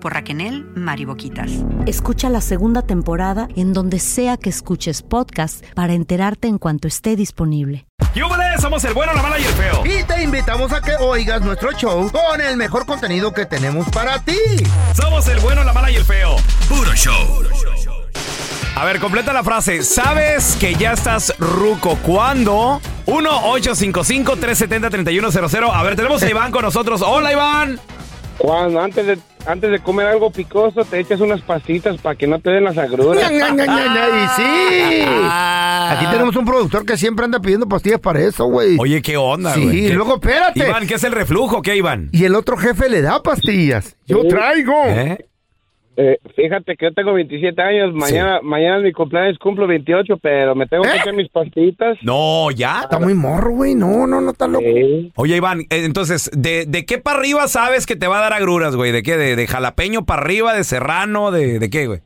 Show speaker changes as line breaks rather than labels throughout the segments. por Raquenel Mariboquitas.
Escucha la segunda temporada en donde sea que escuches podcast para enterarte en cuanto esté disponible.
¡Yúbales! Somos el bueno, la mala y el feo.
Y te invitamos a que oigas nuestro show con el mejor contenido que tenemos para ti.
Somos el bueno, la mala y el feo.
Puro show.
A ver, completa la frase. ¿Sabes que ya estás ruco cuando? 1-855-370-3100. A ver, tenemos a Iván con nosotros. ¡Hola, Iván!
Cuando antes de antes de comer algo picoso te echas unas pastitas para que no te den las agruras.
Ña, ña, ña, ña, ña, y sí. Aquí tenemos un productor que siempre anda pidiendo pastillas para eso, güey.
Ah. Oye, ¿qué onda,
Sí,
güey? ¿Qué-
luego espérate.
Iván, ¿qué es el reflujo? ¿Qué, Iván?
Y el otro jefe le da pastillas. Yo traigo.
¿Eh?
Eh, fíjate que yo tengo 27 años, mañana mañana es mi cumpleaños cumplo 28, pero me tengo
¿Eh?
que echar mis pastitas.
No, ya.
Está muy morro, güey. No, no, no está loco.
Sí.
Oye, Iván, eh, entonces, ¿de, de qué para arriba sabes que te va a dar agruras, güey? ¿De qué? ¿De, de jalapeño para arriba? ¿De serrano? ¿De, de qué, güey?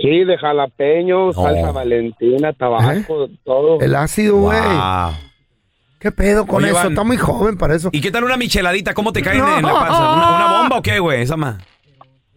Sí, de jalapeño, salsa valentina, tabaco, todo.
¿Eh? El ácido, güey.
Wow.
¿Qué pedo con
Oye,
eso?
Iván.
Está muy joven para eso.
¿Y qué tal una micheladita? ¿Cómo te cae en- en la panza? ¿Una, una bomba o qué, güey? Esa ma.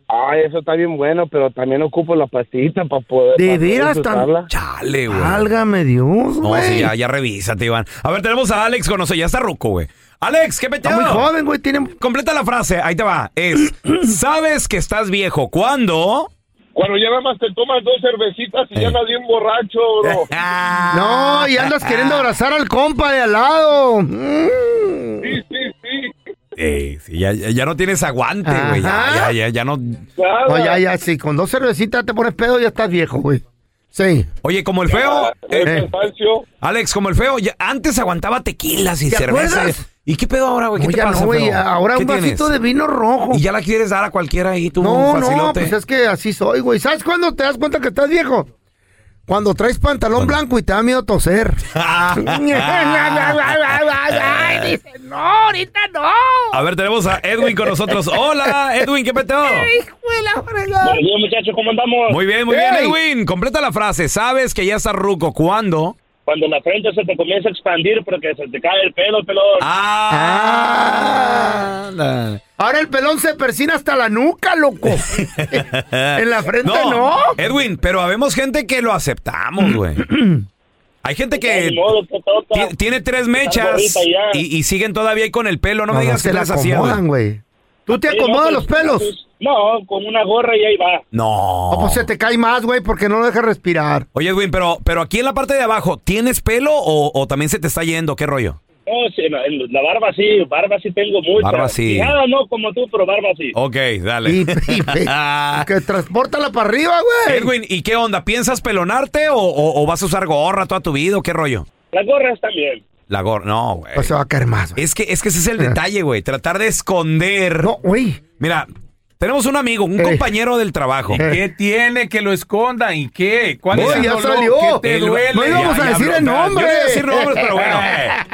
Ay, eso está bien bueno, pero también ocupo la pastita para poder
¿De
para poder
veras tan-
usarla.
Chale, güey.
Válgame Dios,
No, sí,
güey.
ya, ya revísate, Iván. A ver, tenemos a Alex con nosotros. Ya está ruco, güey. Alex, ¿qué
Está
metido?
muy joven, güey. Tiene...
Completa la frase, ahí te va. Es, ¿sabes que estás viejo cuando?
Cuando ya nada más te tomas dos cervecitas
Eh.
y ya andas bien borracho, bro.
Ah.
No, y andas queriendo abrazar al compa de al lado. Mm.
Sí, sí, sí.
Eh, sí, ya, ya no tienes aguante, güey. Ya,
Ajá.
ya, ya, ya no.
Nada.
No, ya, ya, sí. Con dos cervecitas te pones pedo ya estás viejo, güey. Sí.
Oye, como el feo,
Ah,
eh,
el cansancio.
Alex, como el feo, ya- antes aguantaba tequilas y
¿Te
cerveza.
acuerdas?
¿Y qué pedo ahora, güey? ¿Qué
No,
te
ya
pasa,
no, güey.
feo?
Ahora
¿Qué
un vasito
tienes?
de vino rojo.
Y ya la quieres dar a cualquiera ahí, tú,
No,
un
no,
facilote.
pues es que así soy, güey. ¿Sabes cuándo te das cuenta que estás viejo? Cuando traes pantalón blanco y te da miedo toser. Ay, dice, no, ahorita no.
A ver, tenemos a Edwin con nosotros. Hola, Edwin, ¿qué peteo?
Hijo de la fregada.
Buenos días, muchachos, ¿cómo andamos?
Muy bien, muy bien,
Ey.
Edwin. Completa la frase. ¿Sabes que ya está ruco cuando?
Cuando la frente se te comienza a expandir porque se te cae el pelo, pelón.
Ah. Anda.
Ahora el pelón se persina hasta la nuca, loco. en la frente no.
Edwin, pero habemos gente que lo aceptamos, güey. Hay gente que
Ni modo, te toca.
ti- tiene tres mechas
gorrita ya.
y, y siguen todavía ahí con el pelo. No, me digas
se
que
la
las hacía, güey.
acomodan, güey. ¿Tú te
Sí, no,
acomodas
pues,
los pelos?
No, con una gorra y ahí va.
No.
O pues se te cae más, güey, porque no lo dejas respirar.
Oye, Edwin, pero, pero aquí en la parte de abajo, ¿tienes pelo o, o también se te está yendo? ¿Qué rollo?
No, sí, la, la barba sí, barba sí tengo mucha.
Barba sí. Oh.
Nada, no como tú, pero barba sí.
Ok, dale.
Y, y-
Ah.
que transportala para arriba, güey.
Edwin, ¿y qué onda? ¿Piensas pelonarte o, o- o vas a usar gorra toda tu vida o qué rollo?
Las gorras también.
La gorra, no, güey.
Pues se va a caer más, güey.
Es que, es que ese es el detalle, güey. Tratar de esconder.
No, güey.
Mira, tenemos un amigo, un
Ey.
compañero del trabajo.
Ey.
¿Qué tiene que lo escondan y qué? ¿Cuál
Eh. Uy,
es el
ya
dolor
salió.
que te
El-
duele?
no íbamos
Ya, ya
a decir
habló.
el nombre.
Yo no iba a decir nombres, pero bueno.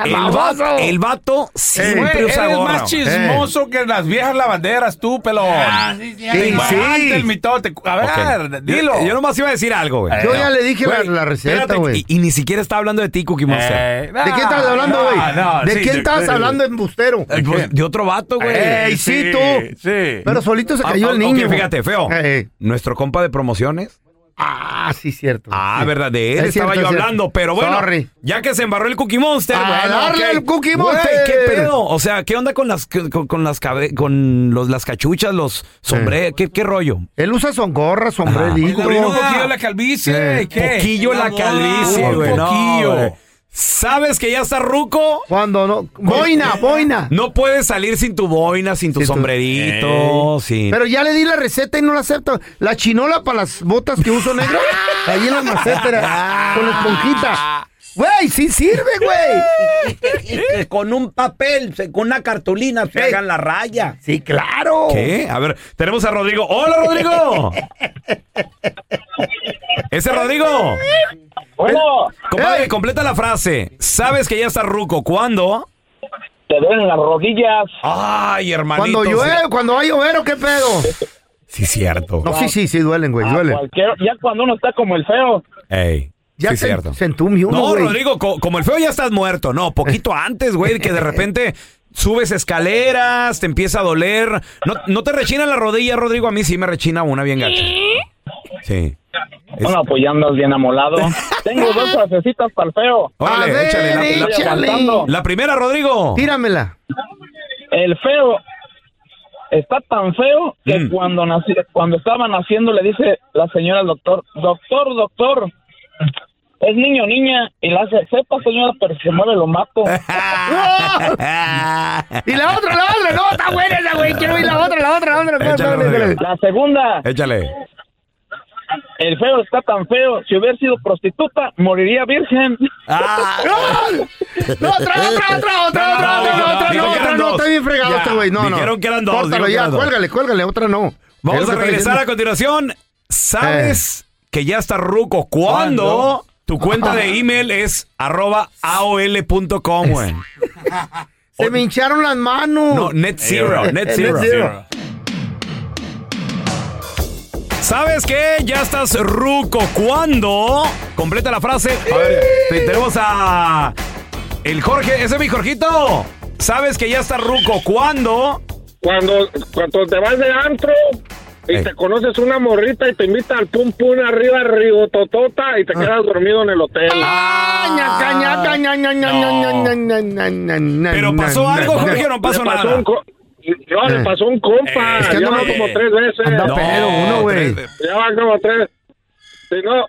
El
Baboso.
vato, el vato siempre
Güey,
usa
eres
gorra.
más chismoso que las viejas lavanderas, tú, pelón.
Ah, Sí,
Levanta el mitote. A ver,
Ok.
dilo.
Yo, yo nomás iba a decir algo, güey.
Yo
Eh,
ya
no.
le dije la-
Güey,
la, receta,
espérate,
güey.
Y, y ni siquiera está hablando de ti, Cookie Monster.
Eh,
¿De
no,
qué estás hablando,
no,
güey?
no,
¿De
sí,
quién estás hablando, embustero?
Eh, pues, de otro vato, güey.
Ey, sí, tú.
Sí.
Pero solito se
Ah,
Eh, cayó
ah,
el
ok,
niño. güey.
fíjate, feo.
Eh, eh.
Nuestro compa de promociones.
Ah, sí, cierto.
Ah,
Sí.
verdad, de él
Es
estaba
cierto,
yo
es cierto.
hablando, pero bueno,
Sorry.
ya que se embarró el Cookie Monster.
A
bueno,
darle
ok.
al Cookie
Güey,
Monster.
¿Qué pedo? O sea, ¿qué onda con las con, con las cabe- con los, las cachuchas, los sombreros? ¿Qué, qué rollo?
Él usa songorra,
Ah,
sombrerito.
Pero
pues,
un poquillo de la calvicie.
Eh,
¿qué?
Poquillo la
No,
calvicie,
un
güey. no,
poquillo.
güey. ¿Sabes que ya está ruco?
Cuando no.
eh,
Boina, boina.
No puedes salir sin tu boina, sin tu
Sin tu-
sombrerito, sin...
Pero ya le di la receta y no la acepta. La chinola para las botas que uso negro. ahí en la maceta
Ah.
era, con la esponjita. Güey, sí sirve, güey.
con un papel, con una cartulina, se
hagan
la raya.
Sí, claro.
¿Qué? A ver, tenemos a Rodrigo. ¡Hola, Rodrigo! Ese Rodrigo.
Bueno,
Compadre, completa la frase. Sabes que ya está ruco. ¿Cuándo?
te duelen las rodillas.
Ay, hermanito.
Cuando llueve, cuando hay llover, ¿o ¿qué pedo?
Sí, cierto.
No, sí, sí, sí, duelen, güey,
Ah,
A
duelen.
cualquier- ya cuando uno está como el feo.
Ey.
Ya
sí,
se,
cierto.
se entumió uno,
No,
güey.
Rodrigo, co- como el feo ya estás muerto. No, poquito antes, güey, que de repente subes escaleras, te empieza a doler. No, no te rechina la rodilla, Rodrigo. A mí sí me rechina una bien gacha. Sí. Es-
Bueno, pues ya andas bien amolado. Tengo dos frasecitas para el feo.
A
Órale,
ver,
échale la- la,
echa-
échale.
aguantando.
la primera, Rodrigo.
Tíramela.
El feo está tan feo que
Mm.
cuando, nací- cuando estaba naciendo le dice la señora al doctor, doctor, doctor, es niño o niña. Y la hace, sepa señora, pero si se mueve lo mato.
Y la otra, la otra, no, está buena esa, güey. Quiero ir la otra, la otra, la otra.
Échale,
Espérate, espérate,
Rodrigo.
espérate.
La segunda,
Échale.
el feo está tan feo. Si hubiera sido prostituta, moriría virgen.
Ah,
No, otra, otra, otra, otra, otra,
No, no,
otra, otra,
dijo
no,
que
otra,
eran
no,
dos.
está bien fregado
Ya,
este güey. No, no.
dijeron que eran dos, dijeron
Córtalo
que
ya,
eran dos.
cuélgale, cuélgale, otra no. Es
Vamos a
lo que está
regresar a
diciendo. Eh.
continuación. ¿Sabes que ya está ruco? ¿Cuándo? Tu cuenta de email es arroba aol.com, güey.
Se me hincharon las manos.
No, net zero, net
Eh,
zero.
net zero.
¿Sabes qué? Ya estás ruco. ¿Cuándo? Completa la frase. A ver, te- tenemos a... El Jorge, ese es mi Jorgito. ¿Sabes que ya está ruco? ¿Cuándo?
Cuando, cuando te vas de antro y
Ey.
te conoces una morrita y te invita al pum pum arriba, arriba, totota
Ah.
y te quedas dormido en el hotel.
Ah, ñaca, ñaca, ña, ña, ña, ña, ña, ña, ña, ña,
Pero
ña,
pasó
ña,
algo,
ña.
Jorge, no pasó
Le pasó
nada.
un co- no, le pasó un compa.
Eh, es
que
ya
no
va
me-
como tres veces.
Anda
No,
pedo uno, güey.
tres-
Ya va como tres. Si no,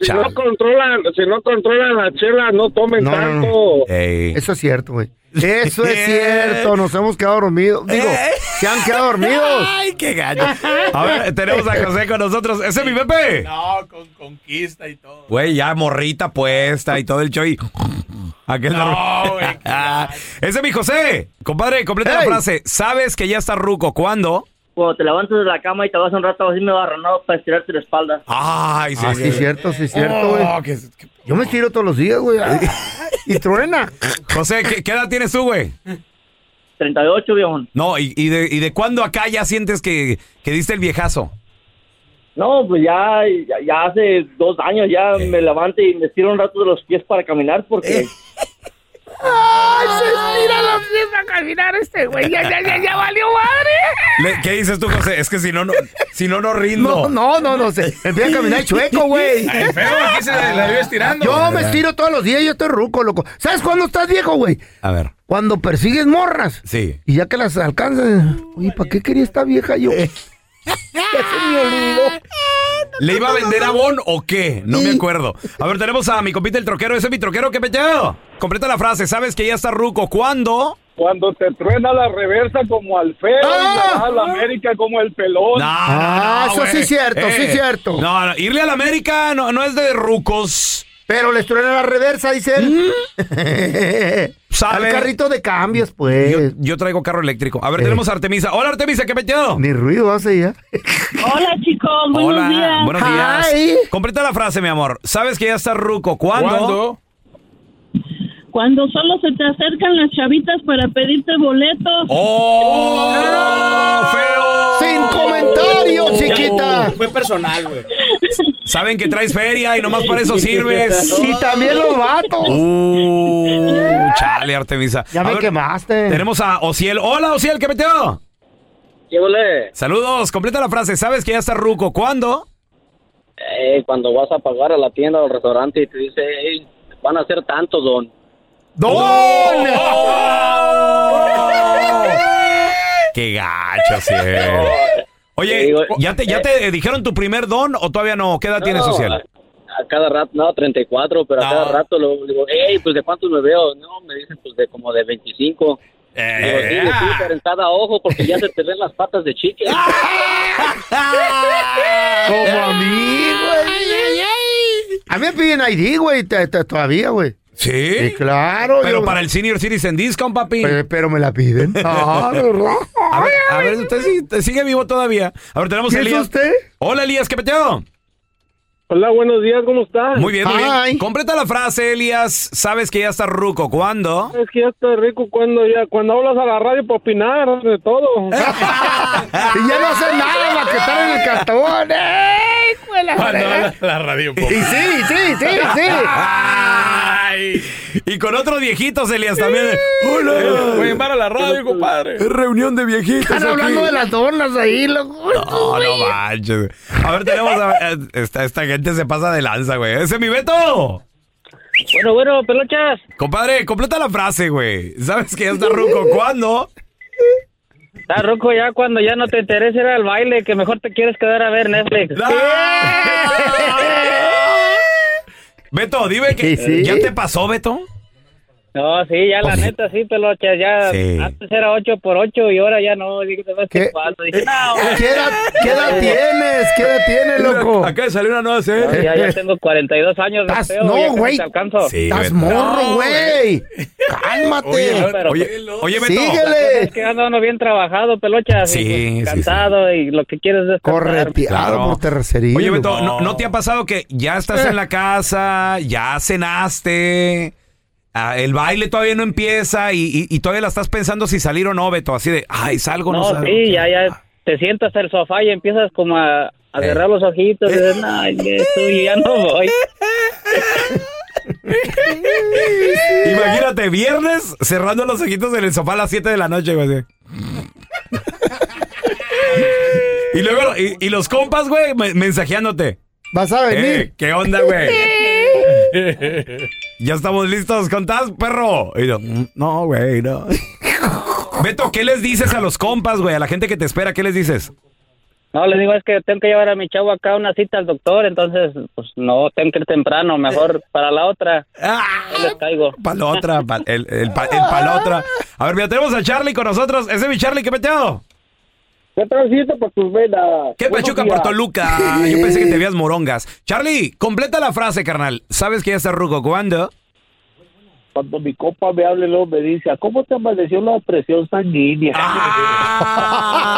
si
Chale.
no controlan, si no controlan la chela, no tomen
No, no,
tanto.
no.
Ey.
Eso es cierto, güey. Eso es cierto, nos hemos quedado dormidos. Digo,
Eh.
se han quedado dormidos.
Ay, qué gallo. A ver, tenemos a José con nosotros. Ese es mi Pepe.
No, con conquista y todo.
Güey, ya morrita puesta y todo el show y- Aquel
No, güey, qué
Ah, Ese es mi José. Compadre, completa la
Ey.
frase. Sabes que ya está ruco. ¿Cuándo?
Cuando te levantas de la cama y te vas un rato así me barronado para estirarte la espalda.
Ay, sí,
Ah,
sí.
sí, cierto, sí, cierto, güey.
Oh, que- que-
Yo me tiro todos los días, güey. Ah, Y truena.
José, ¿qué, qué edad tienes tú, güey?
38, viejo.
No, ¿y, y de, y de cuándo acá ya sientes que, que diste el viejazo?
No, pues ya, ya, ya hace dos años ya
Eh.
me levanto y me estiro un rato de los pies para caminar porque...
Le- ¿Qué dices tú, José? Es que si no, no, si no, no rindo.
No, no, no, no sé. Empieza a caminar chueco, güey.
El feo aquí se la la vio estirando.
Yo me estiro todos los días, yo estoy ruco, loco. ¿Sabes cuándo estás viejo, güey?
A ver,
Cuando persigues morras.
sí.
Y ya que las alcanzas, oye, ¿para qué quería esta vieja yo? Ya se me olvidó.
¿Le iba a vender a Bon o qué? No me acuerdo. A ver, tenemos a mi compita el troquero. Ese es mi troquero, qué peteado. Completa la frase. Sabes que ya está ruco. ¿Cuándo?
Cuando te truena la reversa como al feo
Ah.
y la vas a la América como el pelón.
No,
Ah, eso sí
güey. Eh.
es cierto, sí es cierto.
No, no, irle a la América no, no es de rucos.
Pero les truena la reversa, dice él.
Sabe.
Al carrito de cambios,
Yo,
pues.
yo traigo carro eléctrico. A ver,
Eh.
tenemos a Artemisa. Hola, Artemisa, qué peteado.
Ni ruido hace ya.
Hola chicos, buenos
Hola,
días.
buenos días.
Hi.
Completa la frase, mi amor. Sabes que ya está ruco. ¿Cuándo?
¿Cuándo?
Cuando solo se te acercan las chavitas para pedirte boletos.
¡Oh! ¡Feo!
Sin comentarios, chiquita.
Saben que traes feria y nomás para eso sirves.
Y también los vatos.
Uh, chale, Artemisa.
Ya
A
me
ver,
quemaste.
Tenemos a Ociel. Hola, Ociel, ¿qué metió?
Híjole,
Saludos, completa la frase. Sabes que ya está ruco. ¿Cuándo?
eh, cuando vas a pagar a la tienda o al restaurante y te dice, "Ey, van a ser tantos, don.
¡Don! ¡Oh!
¡Oh! ¡Qué gacho, Ociel!
Te
Oye,
digo, eh,
¿ya te, ya te dijeron tu primer don o todavía no? ¿Qué edad tienes,
No,
Ociel?
A, a cada rato, no, 34, pero
No.
a cada rato luego digo, hey, pues de cuántos me veo. No, me dicen, pues de como de 25. Digo, sí,
Eh.
sí, pero en cada ojo, porque ya se te ven las patas de chique.
Ah.
Como a mí, güey. A mí me piden ID, güey, te- te- todavía, güey.
¿Sí?
Sí, claro.
Pero
yo-
para el Senior Citizen Discount, papi.
Pe- Pero me la piden. Ah, ¿verdad?
A ver, a ver, usted sí- te sigue vivo todavía. A ver, tenemos a
¿Quién es
Elías.
usted?
Hola, Elías, ¿qué peteo?
Hola, buenos días, ¿cómo estás?
Muy bien, muy
Hi.
bien. Completa la frase, Elías. Sabes que ya está ruco. ¿Cuándo?
Es que ya está rico cuando ya cuando hablas a la radio para opinar de todo.
Y ya no hacen nada más que estar en el cantón. ¡Ey, hijo de
Ah,
la
Cuando
fregada!
habla la radio, po.
Y sí, sí, sí, sí.
Ay.
Y con otros viejitos, Elías, también. Hola.
Voy a llamar a la radio, compadre.
Reunión de viejitos.
Están hablando de las donas ahí, loco.
No, no manches. A ver, tenemos a- eh, esta, esta gente se pasa de lanza, güey. ¡Ese es mi Beto!
Bueno, bueno, pelochas.
Compadre, completa la frase, güey. ¿Sabes que ya está ruco? ¿Cuándo?
Está roco ya cuando ya no te interesa ir al baile, que mejor te quieres quedar a ver Netflix.
Beto, dime que
Sí, sí.
ya te pasó, Beto.
No, sí, ya la neta, sí, pelochas, ya
Pues Sí.
antes era 8 por 8 y ahora ya no, dije, te vas
¿Qué?
chupando. Dije, no,
¿Qué edad, qué edad tienes? ¿Qué edad tienes, loco?
Acá de salir una nueva
no,
serie.
ya, ya tengo 42 años, de
Estás-
feo,
no,
ya casi
güey.
te alcanzo.
Sí,
Estás
Beto.
morro, güey.
Oye,
Cálmate.
Pero
Oye, oye, Beto.
Pues Es
Síguele.
que anda uno bien trabajado, pelochas.
Sí,
y,
sí, Ah,
pues, Cansado y lo que quieres es descansar.
Correteado por terracería.
Oye,
loco.
Beto, ¿no, no te ha pasado que ya estás en la casa, ya cenaste, ah, el baile todavía no empieza y, y- y todavía la estás pensando si salir o no, Beto? Así de, ay, salgo o no,
No,
salgo.
sí, ya, ya te sientas al sofá y empiezas como a a
Eh.
agarrar los ojitos y dices, no, Jesús, ya no voy.
Imagínate, viernes cerrando los ojitos en el sofá a las 7 de la noche, güey. así. y luego, y, y los compas, güey, me- mensajeándote.
¿Vas a
Eh,
venir?
¿Qué onda, güey? ya estamos listos, contás, perro. Y yo, "Mm, no, güey, no. Beto, ¿qué les dices a los compas, güey? A la gente que te espera, ¿qué les dices?
No, le digo, es que tengo que llevar a mi chavo acá a una cita al doctor, entonces, pues no, tengo que ir temprano, mejor para la otra,
Ah,
no les caigo.
palotra, pal- el, el, pa- el palotra. A ver, mira, tenemos a Charlie con nosotros. Ese es mi Charlie, ¿qué peteado?
¿Qué transito por tus venas?
¿Qué Pachuca, Puerto Luca? Yo pensé que te veías morongas. Charlie, completa la frase, carnal. ¿Sabes que ya está ruco? ¿Cuándo?
Cuando mi copa me hable, luego me dice, ¿cómo te amaneció la presión sanguínea?
Ah.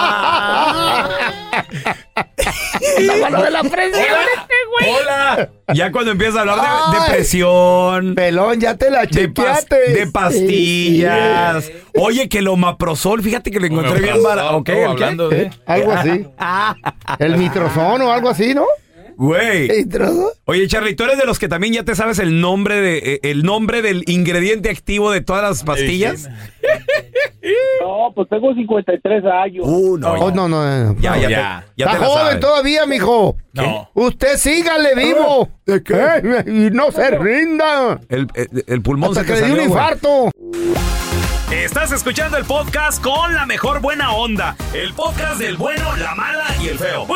Ah.
Eh. ¡Hola! Ya cuando empieza a hablar de de depresión,
Pelón, ya te la
de, pas-
chequeaste.
de pastillas. Oye, que el omaprozol, fíjate que lo encontré bien barato. Ok, ¿el qué?
hablando de.
¿Eh? Algo así. El mitrozón o algo así, ¿no?
Güey.
¿Mitrozón?
Oye, Charlie, tú eres de los que también ya te sabes el nombre de eh, el nombre del ingrediente activo de todas las pastillas.
No, pues tengo 53 años.
Uh, no,
Oh, no, no, no, no.
Ya, ya, te-
Ya.
ya te
Está
la
joven
sabes.
todavía, mijo.
No.
Usted sígale vivo. ¿De qué? Y no se rinda.
El, el- el pulmón
Hasta
se te
que le dio
salió,
un
güey.
infarto.
Estás escuchando el podcast con la mejor buena onda. El podcast del bueno, la mala y el feo.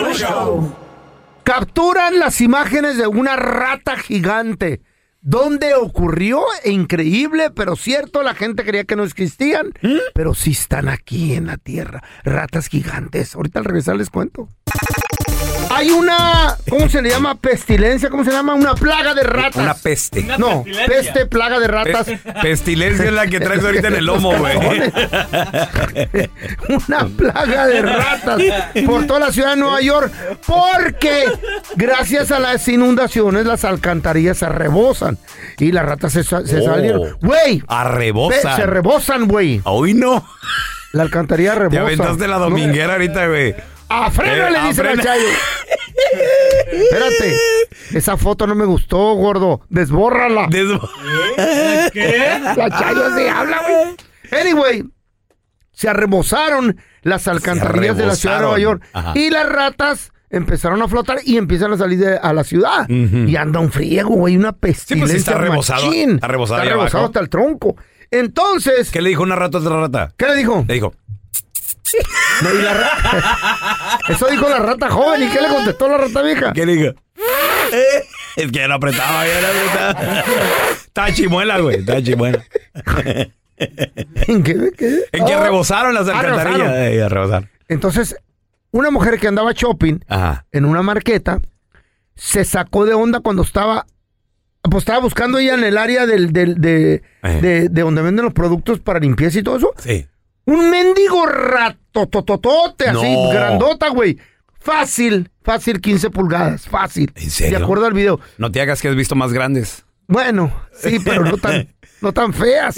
Capturan las imágenes de una rata gigante. ¿Dónde ocurrió? Increíble, pero cierto, la gente creía que no existían,
¿Mm?
pero sí están aquí en la Tierra. Ratas gigantes. Ahorita al regresar les cuento. Hay una, ¿cómo se le llama? Pestilencia, ¿cómo se llama? Una plaga de ratas.
Una peste.
No, peste, plaga de ratas.
Pe- Pestilencia es la que traes ahorita en el lomo, güey.
una plaga de ratas por toda la ciudad de Nueva York porque gracias a las inundaciones las alcantarillas se rebosan y las ratas se, sa- se
Oh.
salieron. Güey, ve,
Arrebosa.
se rebosan, güey.
Hoy no.
La alcantarilla
Te
rebosa.
aventaste la
No.
dominguera ahorita, güey.
¡A freno
Eh,
le
a
dicen al
freno.
chayo! Espérate, esa foto no me gustó, gordo. Desbórrala.
Des-
La Chayo se habla, güey. Ah, eh. Anyway, se arrebozaron las alcantarillas de la ciudad de Nueva York
Ajá.
y las ratas empezaron a flotar y empiezan a salir de- a la ciudad. Y anda un friego, güey, una pestilencia
pues, está rebosado,
machín.
está rebosado
Está
ahí
rebosado
abajo.
hasta el tronco. Entonces, ¿qué,
¿Qué ¿Eh? le dijo una rata a otra rata?
le dijo?
Le dijo,
No, y la ra- Eso dijo la rata joven. ¿Y qué le contestó la rata vieja?
¿qué le dijo? Eh, Es que ya lo apretaba, ya lo apretaba. Estaba chimuela, güey. Estaba chimuela.
¿En qué? qué?
En que
Ah.
rebosaron las
Ah,
alcantarillas.
rebosaron.
Eh, rebosaron.
Entonces, una mujer que andaba shopping
Ajá.
en una marqueta, se sacó de onda cuando estaba Pues estaba buscando ella en el área del, del- de, de- de donde venden los productos para limpieza y todo eso.
Sí.
Un mendigo ratotototote, así,
No.
grandota, güey. Fácil, fácil, 15 pulgadas, fácil.
¿En serio?
De acuerdo al video.
No te hagas que has visto más grandes.
Bueno, sí, pero no tan, no tan feas.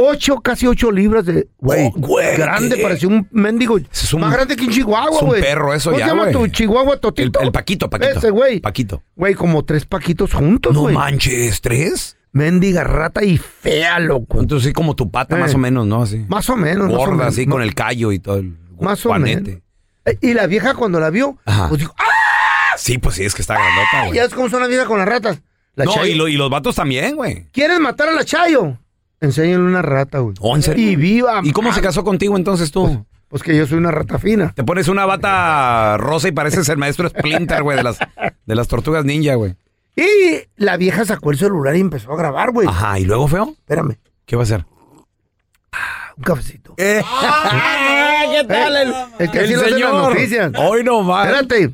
Ocho, casi ocho libras de, güey,
Oh, güey,
grande,
¿qué?
parecía un mendigo,
es un-
más grande que un chihuahua,
es un
güey.
perro eso
¿Cómo
ya,
se llama
güey.
tu chihuahua
El,
totito?
el Paquito, Paquito.
Ese, güey.
Paquito.
Güey, como tres paquitos juntos,
No
güey.
manches, tres.
Mendiga rata y fea, loco.
Entonces sí, como tu pata,
Eh.
más o menos, ¿no? Así.
Más o menos. más o
Gorda,
menos.
así, con el callo y todo. El gu-
Más o
guanete.
menos. Eh, Y la vieja cuando la vio,
Ajá.
pues dijo, ¡ah!
Sí, pues sí, es que está grandota, güey.
Ya ves cómo son las viejas con las ratas. La
No,
Chayo,
y, lo- y los vatos también, güey.
¿Quieres matar a la Chayo? Enséñale una rata, güey.
Oh, ¿en serio?
Y viva.
¿Y cómo se
madre.
casó contigo entonces tú?
Pues que yo soy una rata fina.
Te pones una bata rosa y pareces el maestro Splinter, güey, de las, de las tortugas ninja, güey.
Y la vieja sacó el celular y empezó a grabar, güey.
Ajá, ¿y luego, feo?
Espérame,
¿Qué va a hacer?
un cafecito.
Eh, ¿Qué
tal el- el que sí lo hace en las noticias?
Hoy no más.
Espérate.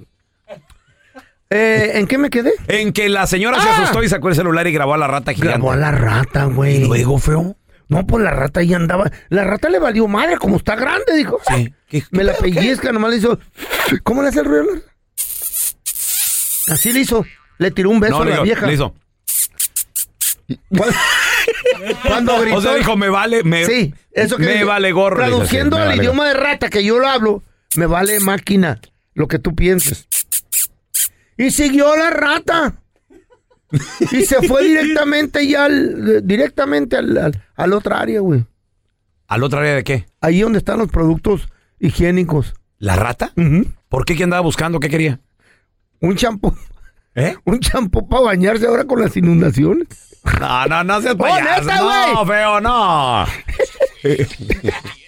Eh, ¿En qué me quedé?
En que la señora se
Ah.
asustó y sacó el celular y grabó a la rata gigante.
Grabó a la rata, güey.
¿Y luego, feo?
No, pues la rata ahí andaba. La rata le valió madre, como está grande, dijo.
Sí. ¿Qué- qué
Me la
pedo, qué?
pellizca, nomás le hizo. ¿Cómo le hace el ruido? a la rata? Así le hizo. Le tiró un beso
No,
a la
le hizo-
vieja.
le hizo.
Cuando- Cuando gritó.
O sea, dijo, me vale, me,
sí, eso que
me
dice.
vale gorro. le dijo así,
Traduciendo
me
al
vale gorro.
idioma de rata que yo lo hablo, me vale máquina lo que tú pienses. Y siguió la rata. Y se fue directamente ya al, directamente al, al, al otra área, güey.
¿Al otro área de qué?
Ahí donde están los productos higiénicos.
¿La rata?
Ujú.
¿Por qué? ¿Qué andaba buscando? ¿Qué quería?
Un champú.
¿Eh?
Un champú para bañarse ahora con las inundaciones.
No, no, no seas payaso.
Oh, neta,
no,
güey.
feo, no.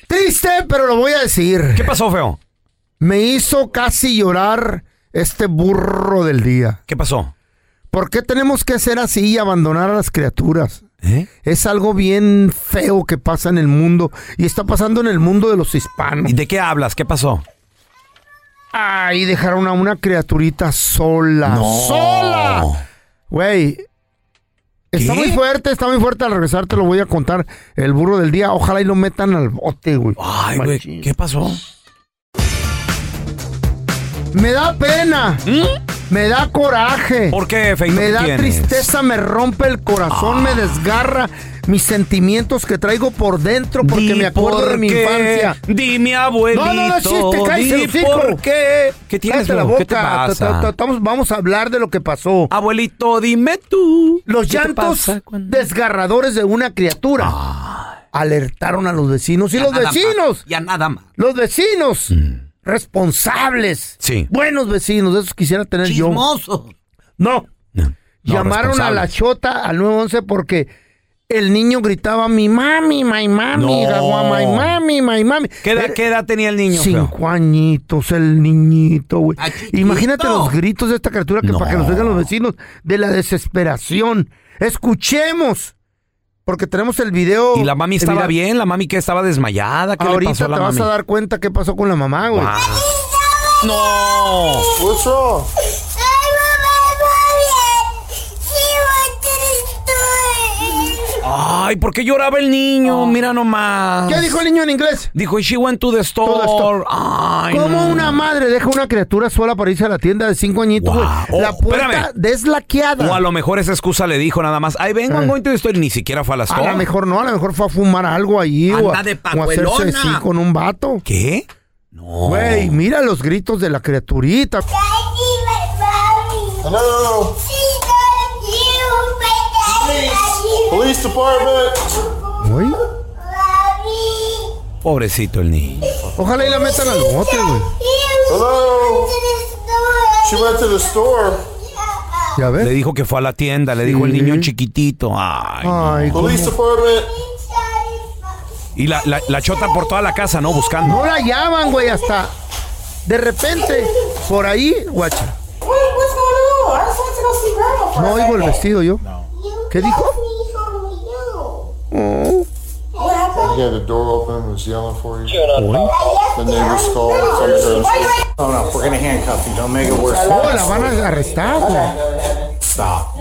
Triste, pero lo voy a decir.
¿Qué pasó, feo?
Me hizo casi llorar este burro del día.
¿Qué pasó?
¿Por qué tenemos que ser así y abandonar a las criaturas?
¿Eh?
Es algo bien feo que pasa en el mundo y está pasando en el mundo de los hispanos.
¿Y de qué hablas? ¿Qué pasó?
Ay, dejaron a una criaturita sola. ¡Sola! Güey. Está
¿Qué?
muy fuerte, está muy fuerte. Al regresar te lo voy a contar el burro del día. Ojalá y lo metan al bote, güey.
Ay, güey,
Machín.
¿qué pasó?
Me da pena. Me da coraje.
¿Mm? ¿Por qué, feo?
Me
¿Qué
da
tienes? Ah.
tristeza, me rompe el corazón, me desgarra mis sentimientos que traigo por dentro porque
Di
me acuerdo
por
de mi
qué,
infancia.
Di mi abuelito.
No, no, no, sí, te caes el
di
hocico.
por qué. ¿Qué tienes,
Cállate la
feo?
boca.
¿Qué te
ta- ta-
pasa?
estamos- vamos a hablar de lo que pasó.
Abuelito, dime tú.
Los
¿qué te
llantos
pasa cuando- Ah.
desgarradores de una criatura alertaron a los vecinos y los
Nada más,
vecinos,
Ya nada más.
los vecinos responsables,
Sí.
buenos vecinos, de esos quisiera tener yo. No,
No,
Llamaron a la
responsable.
chota al 911 porque el niño gritaba mi mami, my mami,
No.
gagua, my mami, my mami.
¿Qué edad,
Era
qué edad tenía el niño? feo?
Cinco añitos el niñito, güey.
Ah, chiquito.
Imagínate los gritos de esta criatura que
No.
para que nos oigan los vecinos de la desesperación. Escuchemos, porque tenemos el video.
¿Y la mami
el
estaba
video.
bien? ¿La mami que estaba desmayada? ¿Qué le
Ahorita
pasó
te
a la
vas
mami?
a dar cuenta qué pasó con la mamá, güey.
Ah. ¡No! Ay, ¿por qué lloraba el niño? Mira nomás.
¿Qué dijo el niño en inglés?
Dijo, she went to the store.
To the store.
Ay,
¿Cómo
no.
una madre deja una criatura sola para irse a la tienda de cinco añitos,
Wow.
güey? la
Oh,
puerta
espérame.
deslaqueada.
O a lo mejor esa excusa le dijo nada más. Ay, vengo, I'm going to the store. Y Ni siquiera fue a la
Eh. A
store.
lo mejor no, a lo mejor fue a fumar algo ahí o a,
Anda de
o a hacerse
pajuelona.
así con un vato.
¿Qué? No.
Güey, mira los gritos de la criaturita. Güey,
Pobrecito el niño.
¿Eh? ojalá y la metan al bote, güey.
Le
Ya ves.
dijo que fue a la tienda, le dijo el niño chiquitito. Ay.
Ay, cómo-
Y la, la, la chota por toda la casa, ¿no? Buscando.
no la llaman, güey, hasta de repente por ahí, guacha. No oigo el vestido yo. ¿Qué dijo? Oh,
He had the door open and was yelling for you.
Uy.
The neighbors called. Somebody said,
No, no, we're gonna handcuff you. Don't make it worse.
oh, la van a arrestar, güey.
Stop.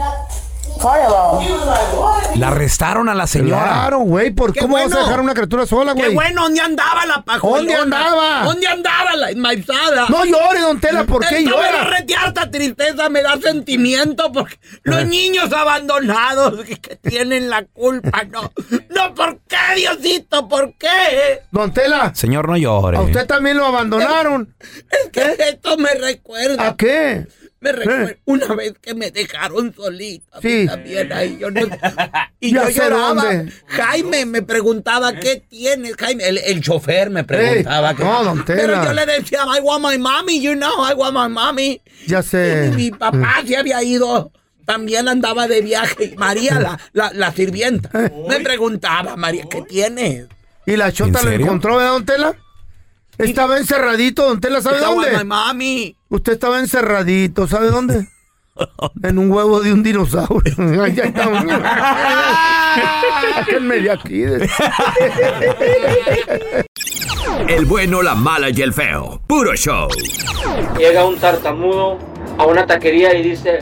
horrible. He was like, what?
La arrestaron a la señora.
Claro, güey. ¿Por
Qué
cómo vas
bueno.
a dejar una criatura sola,
Qué
güey?
bueno,
¿dónde andaba la ¿Dónde
pajolona?
andaba?
¿Dónde
andaba la enmaizada?
No llore, don Tela, ¿por qué
Esto me
llora?
da retear esta tristeza, me da sentimiento porque
Eh.
los niños abandonados que, que tienen la culpa, no. No, ¿por qué, Diosito? ¿Por qué?
Don Tela.
Señor, no llore.
A usted también lo abandonaron.
Es que esto me recuerda.
¿A qué?
Me recuerda
¿Eh?
una vez que me dejaron solita.
Sí.
También ahí yo no. Y
Ya
yo
sé
lloraba.
dónde.
Jaime me preguntaba, ¿qué tienes, Jaime? El, el chofer me preguntaba.
¿Eh? Ey,
que-
no, don Tela.
Pero yo le decía, I want my mommy, you know, I want my mommy.
Ya sé.
Y mi papá se había ido. También andaba de viaje. Y María, la, la, la sirvienta, me preguntaba, María, ¿qué tienes?
¿Y la chota
¿En
la
serio?
encontró, ¿verdad, don Tela? Estaba encerradito, don Tela, ¿sabe
Yo,
dónde?
"Ay, mami.
Usted estaba encerradito, ¿sabe dónde? En un huevo de un dinosaurio. Ahí estaba. Sáquenme de aquí.
El bueno, la mala y el feo. Puro show.
Llega un tartamudo a una taquería y dice,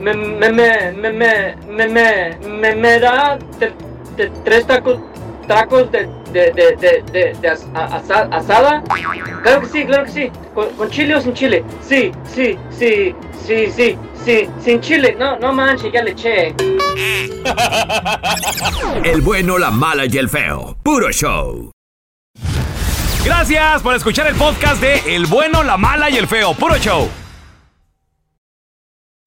me, me, me, me, me, me, me, me, me da tre- tre- tres tacos, tacos de, de, de, de, de, de as- a- asa- asada. Claro que sí, claro que sí. ¿Con, con chile o sin chile? Sí, sí, sí, sí, sí, sí, sin chile. No, no manches, ya le eché.
El bueno, la mala y el feo. Puro show.
Gracias por escuchar el podcast de El bueno, la mala y el feo. Puro show.